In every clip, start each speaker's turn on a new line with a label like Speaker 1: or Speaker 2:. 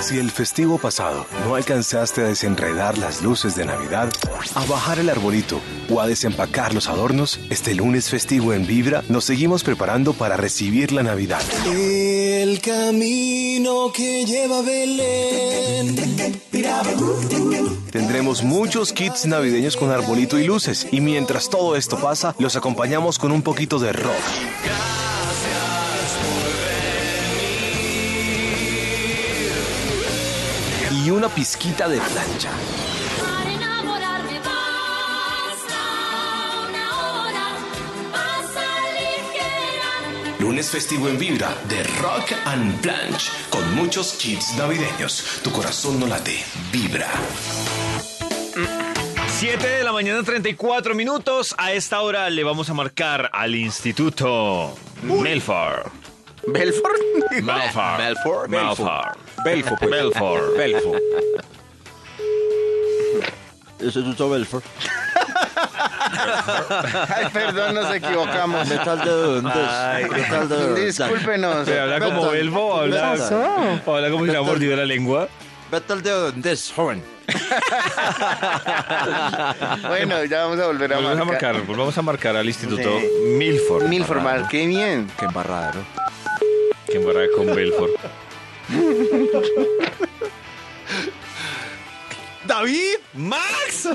Speaker 1: Si el festivo pasado no alcanzaste a desenredar las luces de Navidad, a bajar el arbolito o a desempacar los adornos, este lunes festivo en Vibra nos seguimos preparando para recibir la Navidad.
Speaker 2: El camino que lleva a Belén.
Speaker 1: Tendremos muchos kits navideños con arbolito y luces y mientras todo esto pasa, los acompañamos con un poquito de rock. Y una pizquita de plancha.
Speaker 3: Para enamorarme basta una hora, pasa ligera.
Speaker 1: Lunes festivo en Vibra de Rock and Planche con muchos kits navideños. Tu corazón no late, vibra.
Speaker 4: 7 de la mañana, 34 minutos. A esta hora le vamos a marcar al Instituto Melfar.
Speaker 5: Belfort.
Speaker 4: Melfar.
Speaker 5: Belfort.
Speaker 4: Melfar.
Speaker 5: Belfo, pues.
Speaker 4: Belfort.
Speaker 5: Belfo. Eso es un Belfort.
Speaker 6: Ay, perdón, nos equivocamos.
Speaker 5: Metal de duendes. Metal de duendes.
Speaker 6: Discúlpenos.
Speaker 4: ¿Pero habla como
Speaker 5: Perdón.
Speaker 4: Belfo o habla,
Speaker 5: Perdón.
Speaker 4: o habla como si le ha mordido la lengua?
Speaker 5: Metal de duendes, joven.
Speaker 6: Bueno, ya vamos a volver a
Speaker 4: Volvemos a
Speaker 6: marcar.
Speaker 4: marcar, volvamos a marcar al Instituto
Speaker 6: Sí.
Speaker 4: Milford.
Speaker 6: Mil formal, qué bien.
Speaker 5: Qué embarrada, ¿no?
Speaker 4: Que embarra con Belfort.
Speaker 5: ¡David!
Speaker 4: ¡Max!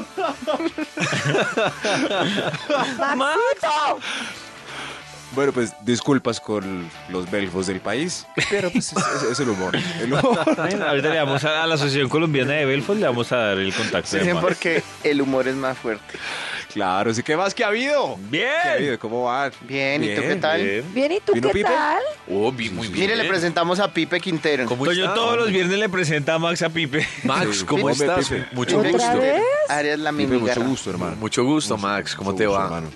Speaker 5: Bueno, pues disculpas con los belfos del país, pero pues es, es- es el humor. El humor.
Speaker 4: Bueno, ahorita le vamos a, a la Asociación Colombiana de Belfort, le vamos a dar el contacto. de
Speaker 6: Dicen
Speaker 4: Max.
Speaker 6: porque el humor es más fuerte.
Speaker 5: Claro, sí, ¿qué más que ha habido? ¿Qué ha
Speaker 4: ¡Bien!
Speaker 5: habido? ¿Cómo van?
Speaker 6: Bien, ¿y tú qué tal?
Speaker 4: Bien.
Speaker 7: Bien, ¿y tú
Speaker 5: ¿Vino
Speaker 7: qué
Speaker 5: Pipe?
Speaker 7: tal?
Speaker 8: Oh, vi muy bien.
Speaker 6: Mire, le presentamos a Pipe Quintero.
Speaker 8: ¿Cómo
Speaker 4: Toño
Speaker 8: está?
Speaker 4: todos los viernes le presenta a Max a Pipe.
Speaker 8: Max,
Speaker 5: Sí,
Speaker 8: ¿cómo
Speaker 5: hombre,
Speaker 8: estás?
Speaker 5: Pipe.
Speaker 8: Mucho
Speaker 6: Pipe
Speaker 7: ¿Otra
Speaker 8: gusto.
Speaker 7: vez?
Speaker 6: Arias la
Speaker 5: Pipe,
Speaker 6: minigarra.
Speaker 5: mucho gusto, hermano.
Speaker 8: Mucho gusto, Max. ¿Cómo
Speaker 5: Mucho
Speaker 8: te
Speaker 5: gusto,
Speaker 8: va?
Speaker 5: hermano.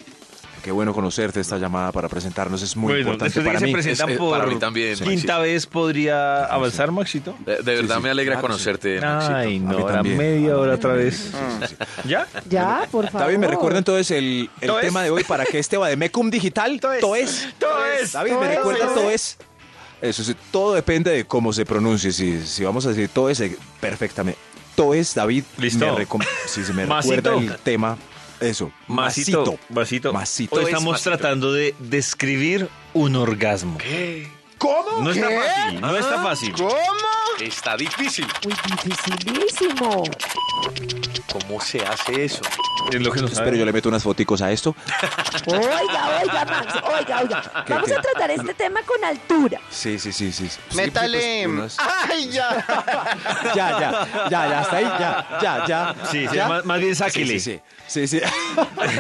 Speaker 5: Qué bueno conocerte esta llamada para presentarnos, es muy
Speaker 4: bueno,
Speaker 5: importante
Speaker 4: después de que
Speaker 5: para
Speaker 4: se
Speaker 5: mí.
Speaker 4: presentan
Speaker 8: es-
Speaker 4: por
Speaker 8: para mí también,
Speaker 4: quinta vez, ¿podría avanzar, Maxito?
Speaker 8: De, de verdad
Speaker 5: sí,
Speaker 8: me alegra
Speaker 5: claro, sí.
Speaker 8: conocerte, Maxito.
Speaker 4: Ay, no,
Speaker 5: mí
Speaker 4: ahora
Speaker 5: también.
Speaker 4: media hora otra vez. ¿Ya?
Speaker 7: Ya, por favor.
Speaker 5: David, eh, ¿me recuerda entonces el, el
Speaker 4: Toes.
Speaker 5: tema de hoy para que este va de Mecum Digital? Toes. Toes.
Speaker 4: Toes.
Speaker 5: David, ¿me
Speaker 7: Toes.
Speaker 5: recuerda Toes? Eso sí, todo depende de cómo se pronuncie. Si, si vamos a decir Toes, eh, perfectamente. Toes, David,
Speaker 4: Listo.
Speaker 5: me recom- si se me
Speaker 4: Masito.
Speaker 5: recuerda el tema, eso.
Speaker 4: Masito. Masito.
Speaker 5: Masito.
Speaker 4: Hoy
Speaker 8: Todo es
Speaker 4: estamos
Speaker 8: masito.
Speaker 4: tratando de describir un orgasmo.
Speaker 5: ¿Cómo?
Speaker 4: No está fácil, no está fácil.
Speaker 8: Está difícil.
Speaker 7: Uy, dificilísimo.
Speaker 8: ¿Cómo se hace eso?
Speaker 4: Es lo que nos
Speaker 5: Espero yo le meto unas foticos a esto.
Speaker 7: Oiga, oiga, Max, oiga, oiga.
Speaker 5: ¿Qué,
Speaker 7: Vamos
Speaker 5: qué?
Speaker 7: a tratar este tema con altura.
Speaker 5: Sí, sí, sí, sí. sí.
Speaker 6: Métale.
Speaker 5: Sí, pues, unas-
Speaker 6: Ay, ya.
Speaker 5: Ya, ya, ya, ya, hasta ahí, ya, ya, ya.
Speaker 4: Sí, sí,
Speaker 5: ya.
Speaker 4: más, más bien
Speaker 5: Sí,
Speaker 4: sáquele.
Speaker 5: sí, sí. Sí, sí.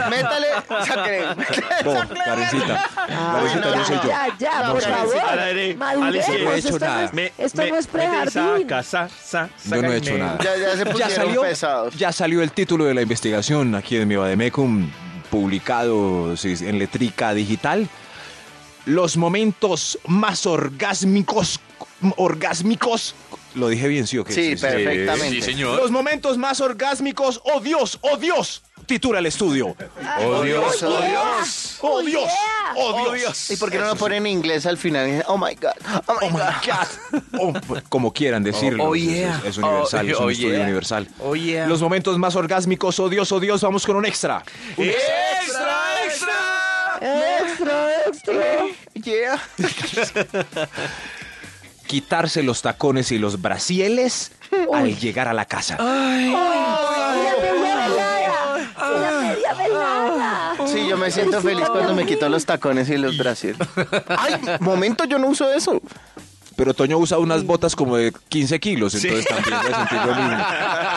Speaker 6: Métale. Sáquenle.
Speaker 5: No, Karencita. Karencita, no soy yo.
Speaker 7: Ah, Ya, ya,
Speaker 6: No
Speaker 7: por
Speaker 6: soy yo.
Speaker 7: favor.
Speaker 4: A la derecha, a la
Speaker 7: Maduremos,
Speaker 4: izquierda.
Speaker 5: No he hecho
Speaker 7: esto, no
Speaker 5: nada.
Speaker 7: es,
Speaker 4: Me-
Speaker 7: esto
Speaker 4: me-
Speaker 7: no es
Speaker 4: mete,
Speaker 7: prejardín.
Speaker 4: saca, sa- sa-
Speaker 5: Yo no he hecho
Speaker 4: sácame.
Speaker 5: nada.
Speaker 6: Ya, ya se
Speaker 5: Ya
Speaker 6: pusieron
Speaker 5: salió,
Speaker 6: pesados.
Speaker 5: ya salió el título de la investigación aquí en mi Vademecum, publicado sí, en Letrica Digital. Los momentos más orgásmicos. Orgásmicos. Lo dije bien, ¿sí o qué?
Speaker 6: Sí, perfectamente.
Speaker 8: Sí, señor.
Speaker 5: Los momentos más orgásmicos. ¡Oh Dios! ¡Oh Dios! Titula el estudio.
Speaker 8: Oh,
Speaker 6: Dios, oh,
Speaker 7: Dios.
Speaker 5: ¡Oh Dios!
Speaker 7: yeah.
Speaker 5: ¡Oh Dios!
Speaker 6: ¿Y por qué no lo ponen en inglés al final? Oh my God. Oh my,
Speaker 5: Oh my
Speaker 6: God.
Speaker 5: God. Oh, pues, como quieran decirlo.
Speaker 8: Oh, oh,
Speaker 5: es- es-
Speaker 8: yeah.
Speaker 5: es, universal,
Speaker 8: Oh,
Speaker 5: es un
Speaker 8: oh,
Speaker 5: estudio
Speaker 8: yeah.
Speaker 5: universal.
Speaker 8: Oh, yeah.
Speaker 5: Los momentos más orgásmicos, oh Dios, oh Dios, vamos con un extra. Un
Speaker 8: Eh, ¡Extra, extra!
Speaker 7: Extra, extra.
Speaker 6: Yeah.
Speaker 5: Quitarse los tacones y los brasieles al llegar a la casa.
Speaker 6: Ah.
Speaker 7: La media velada. La
Speaker 5: Ah.
Speaker 7: media velada.
Speaker 6: Sí, yo me siento feliz cuando me quito los tacones y los brasier. Ay, momento, yo no uso eso.
Speaker 5: Pero Toño usa unas botas como de 15 kilos, entonces también voy a sentir lo mismo.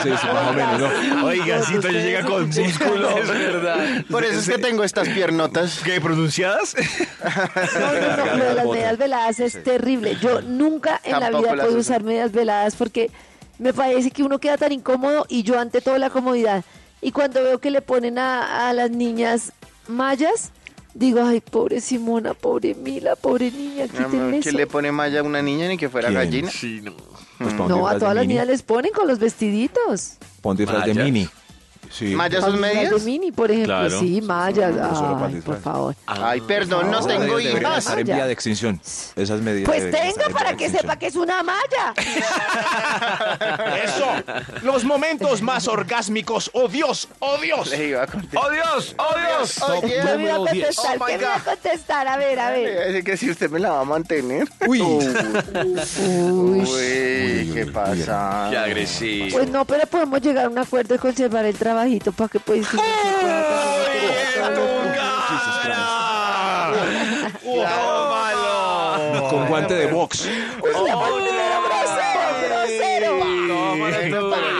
Speaker 5: Sí, sí, más o menos, ¿no?
Speaker 4: Oiga, sí, Toño llega con músculos.
Speaker 8: Es verdad.
Speaker 6: Por eso es que tengo estas piernotas.
Speaker 4: ¿Qué, pronunciadas?
Speaker 7: No, no, no, lo de las medias veladas es terrible. Yo nunca en la
Speaker 6: Tampoco
Speaker 7: vida
Speaker 6: las
Speaker 7: puedo
Speaker 6: uso.
Speaker 7: usar medias veladas porque me parece que uno queda tan incómodo y yo ante toda la comodidad. Y cuando veo que le ponen a, a las niñas mallas, digo, ay, pobre Simona, pobre Mila, pobre niña,
Speaker 6: Mi amor,
Speaker 7: quítenme eso.
Speaker 6: ¿Quién le pone malla a una niña ni que fuera
Speaker 5: ¿Quién?
Speaker 6: gallina?
Speaker 8: Sí, no.
Speaker 5: Pues, pon
Speaker 7: No,
Speaker 5: disfraz
Speaker 7: a
Speaker 5: de
Speaker 7: todas las
Speaker 5: mini,
Speaker 7: niñas les ponen con los vestiditos.
Speaker 5: Pon disfraz de
Speaker 8: Mallas.
Speaker 5: mini. Sí.
Speaker 6: ¿Mallas son
Speaker 7: Familias
Speaker 6: medias?
Speaker 7: de mini, por ejemplo.
Speaker 4: Claro.
Speaker 7: Sí, mallas.
Speaker 5: no solo para Ah,
Speaker 7: Ay, por
Speaker 5: disfraz.
Speaker 7: favor.
Speaker 6: Ay, perdón, Ah, no
Speaker 5: Esas
Speaker 6: tengo
Speaker 5: medidas deberían
Speaker 6: hijas.
Speaker 5: estar en
Speaker 7: Ya.
Speaker 5: vía de extinción. Esas medidas.
Speaker 7: Pues
Speaker 5: deberían estar
Speaker 7: tenga
Speaker 5: en
Speaker 7: para
Speaker 5: vía de
Speaker 7: que
Speaker 5: extinción.
Speaker 7: sepa que es una malla.
Speaker 5: Eso. Los momentos más orgásmicos. ¡Oh Dios! ¡Oh Dios!
Speaker 6: Le iba a contar.
Speaker 4: ¡Oh Dios! ¡Oh Dios!
Speaker 6: Oye,
Speaker 7: ¿Qué me iba a
Speaker 9: número 10.
Speaker 7: contestar?
Speaker 8: Oh, my
Speaker 7: ¿Qué me iba a
Speaker 8: God.
Speaker 7: contestar? A ver, a ver.
Speaker 6: así que si usted me la va a mantener. Oh.
Speaker 5: Uy.
Speaker 7: Uy.
Speaker 6: Uy, ¿qué pasa?
Speaker 8: Qué agresivo.
Speaker 7: Pues no, pero podemos llegar a un acuerdo y conservar el trabajito para que pues... sí, sí, pueda tener todo lo que-
Speaker 5: Con guante de box.
Speaker 7: ¡Usted fue el primero grosero,
Speaker 6: Esto para-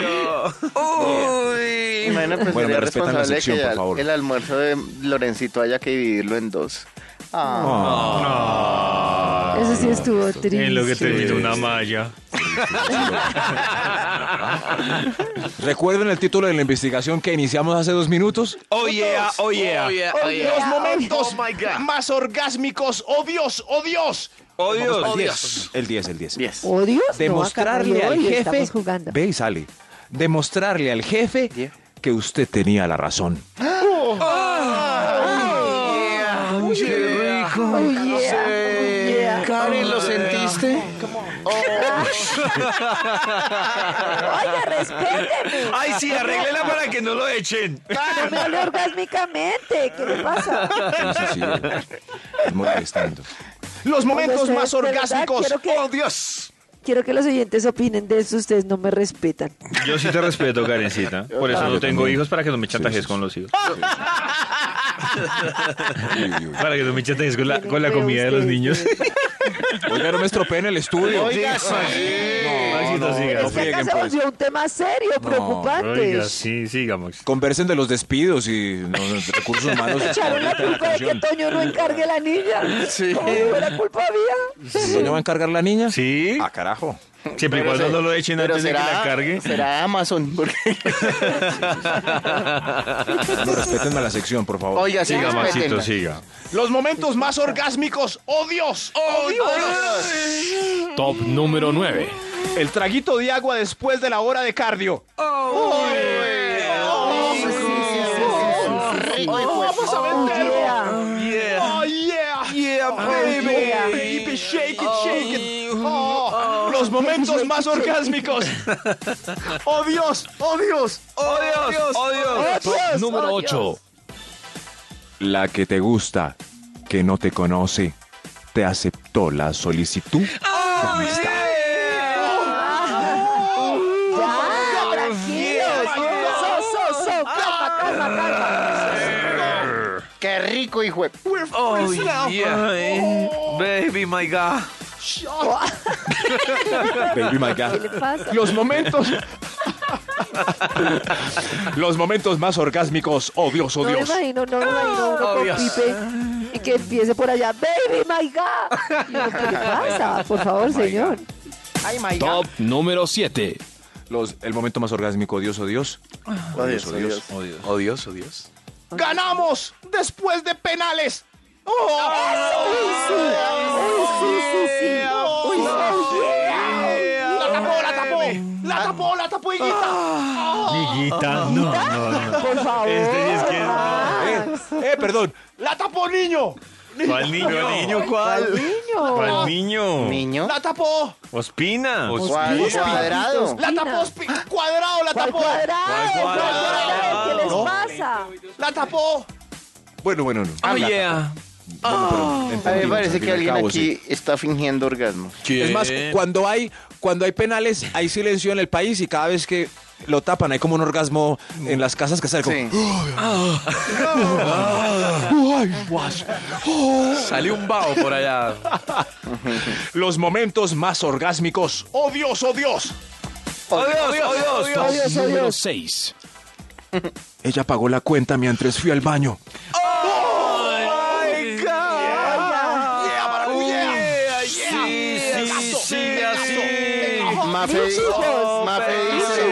Speaker 6: Imagina, pues,
Speaker 5: Bueno,
Speaker 6: sería
Speaker 5: me respetan la
Speaker 6: responsable
Speaker 5: sección,
Speaker 6: que
Speaker 5: por
Speaker 6: al-
Speaker 5: favor.
Speaker 6: el almuerzo de Lorencito haya que dividirlo en dos. Ah,
Speaker 7: grosero! Eso sí estuvo triste.
Speaker 4: En lo que terminó una malla.
Speaker 5: Recuerden el título de la investigación que iniciamos hace dos minutos.
Speaker 4: Oh yeah, oh yeah.
Speaker 7: Oh, yeah, oh,
Speaker 5: momentos
Speaker 8: my God.
Speaker 5: más orgásmicos. ¡Oh Dios! ¡Oh Dios!
Speaker 4: Oh Dios.
Speaker 5: El 10, el 10, el 10.
Speaker 6: yes.
Speaker 7: ¿Odio?
Speaker 5: Demostrarle al jefe.
Speaker 7: Estamos jugando.
Speaker 5: Ve y sale. Demostrarle al jefe que usted tenía la razón.
Speaker 7: Oh, yeah, oh, yeah. Oh.
Speaker 6: Karen, ¿lo sentiste?
Speaker 7: Oiga, respéteme.
Speaker 4: Ay, sí, arreglela para que no lo echen.
Speaker 7: No me hable orgásmicamente. ¿Qué le pasa?
Speaker 5: Sí, sí, sí. Es molestando. Los momentos
Speaker 7: Ustedes,
Speaker 5: más
Speaker 7: de verdad,
Speaker 5: orgásmicos.
Speaker 7: quiero que-
Speaker 5: ¡Oh Dios!
Speaker 7: Quiero que los oyentes opinen de eso. Ustedes no me respetan.
Speaker 4: Yo sí te respeto, Karencita. Por eso no
Speaker 5: Yo
Speaker 4: tengo
Speaker 5: también.
Speaker 4: hijos para que no me chantajes
Speaker 5: sí,
Speaker 4: con los hijos.
Speaker 5: Uy, uy, uy.
Speaker 4: Para que no me chantajes con la,
Speaker 7: Tienen
Speaker 4: con la
Speaker 7: feo
Speaker 4: comida de los
Speaker 7: ustedes, eh,
Speaker 4: niños.
Speaker 7: de verdad.
Speaker 5: Oiga, no me estropeen el estudio.
Speaker 6: Oiga, sí.
Speaker 4: Maxito, siga.
Speaker 7: Pero es que acá
Speaker 5: frieguen,
Speaker 7: se
Speaker 5: pues.
Speaker 7: volvió un tema serio, preocupante.
Speaker 4: Oiga, sí, siga, Max.
Speaker 5: Conversen de los despidos y los recursos humanos.
Speaker 7: Echaron la
Speaker 5: Ahorita
Speaker 7: culpa de que
Speaker 5: canción.
Speaker 7: Toño no encargue la niña.
Speaker 6: Sí.
Speaker 7: Como si fuera culpa mía.
Speaker 5: ¿Toño va a encargar la niña?
Speaker 4: Sí,
Speaker 5: Ah, carajo.
Speaker 4: siempre y
Speaker 6: Pero
Speaker 4: cuando
Speaker 6: se-
Speaker 4: no lo echen
Speaker 6: pero
Speaker 4: antes de que
Speaker 6: será-
Speaker 4: la cargue.
Speaker 6: Será Amazon. porque-
Speaker 5: No, respétenme la sección, por favor.
Speaker 6: Oiga, sí,
Speaker 4: Siga, Maxito,
Speaker 6: respétenla.
Speaker 4: siga.
Speaker 5: Los momentos más orgásmicos. ¡Oh, Dios! ¡Oh, Dios!
Speaker 9: Top número 9.
Speaker 5: El traguito de agua después de la hora de cardio.
Speaker 6: Oh, Vamos a
Speaker 7: Oh, yeah.
Speaker 5: Oh, yeah. Yeah, baby. Baby, shake it, shake it. Oh, los momentos más orgásmicos. Oh, Dios. Oh, Dios.
Speaker 4: ¡Oh Dios! ¡Oh Dios!
Speaker 9: Top número 8.
Speaker 5: Oh, La que te gusta, que no te conoce, te aceptó la solicitud.
Speaker 7: Ya, tranquilos. So, so, so. Calma, calma, calma.
Speaker 6: Qué rico, hijo. de-
Speaker 8: Oh, yeah. Baby, my God.
Speaker 5: Baby, my
Speaker 7: ¿Qué
Speaker 5: God.
Speaker 7: le pasa?
Speaker 5: Los momentos. Los momentos más orgásmicos. Oh, Dios, oh,
Speaker 7: No me
Speaker 5: Dios. Oh,
Speaker 7: imagino, no me imagino uno con Pipe y que empiece por allá, baby, my God. Y uno, ¿Qué le pasa? Por
Speaker 5: Oh,
Speaker 7: favor, señor.
Speaker 6: Ay, my God.
Speaker 9: Top número 7.
Speaker 5: Los- el momento más orgásmico, Dios, oh, Dios.
Speaker 6: Oh, Dios, oh, Dios.
Speaker 8: Oh, Dios, oh, Dios.
Speaker 5: ¡Ganamos! Después de penales.
Speaker 7: Uy, sí. Uy, sí, sí, sí. Uy, oh, yeah.
Speaker 5: La tapó, la tapó. La tapó, la tapó,
Speaker 4: Higuita, no, no, no.
Speaker 7: Por favor.
Speaker 4: Este es que-
Speaker 7: Max.
Speaker 5: Eh, perdón. La tapó, niño.
Speaker 4: ¿Cuál niño? niño? ¿Cuál?
Speaker 7: Niño.
Speaker 4: ¿Cuál niño?
Speaker 6: Niño.
Speaker 5: La tapó.
Speaker 4: Ospina.
Speaker 6: Cuadro- Cuadrado.
Speaker 5: La tapó Ospi- cuadrado, la
Speaker 7: ¿Cuál
Speaker 5: tapó.
Speaker 4: ¿Cuál
Speaker 7: cuadrado? ¿Cuál
Speaker 4: cuadrado?
Speaker 7: cuadrado? ¿Qué les
Speaker 5: No.
Speaker 7: pasa?
Speaker 5: La tapó. Bueno, bueno, no.
Speaker 8: Oh, yeah.
Speaker 6: A mí me parece que alguien aquí está fingiendo orgasmo.
Speaker 5: Es más, cuando hay, cuando hay penales, hay silencio en el país y cada vez que lo tapan, hay como un orgasmo en las casas que sale como...
Speaker 6: Sí.
Speaker 5: ¡Ay, guas!
Speaker 8: Salió un vaho por allá.
Speaker 5: Los momentos más orgásmicos. ¡Oh, Dios, oh, Dios!
Speaker 8: Oh, Dios, oh, Dios, oh, Dios.
Speaker 7: Adiós,
Speaker 9: Número
Speaker 7: adiós.
Speaker 9: 6.
Speaker 5: Ella pagó la cuenta mientras fui al baño.
Speaker 8: Sí, sí, sí, así.
Speaker 6: Mafe,
Speaker 7: Lichugos.
Speaker 6: Mafe dice,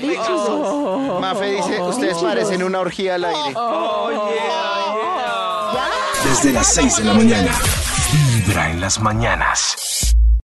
Speaker 7: Pues, Lichugos.
Speaker 6: Mafe dice, ustedes parecen una orgía al aire.
Speaker 1: Desde las 6 de la mañana. Vibra en las mañanas.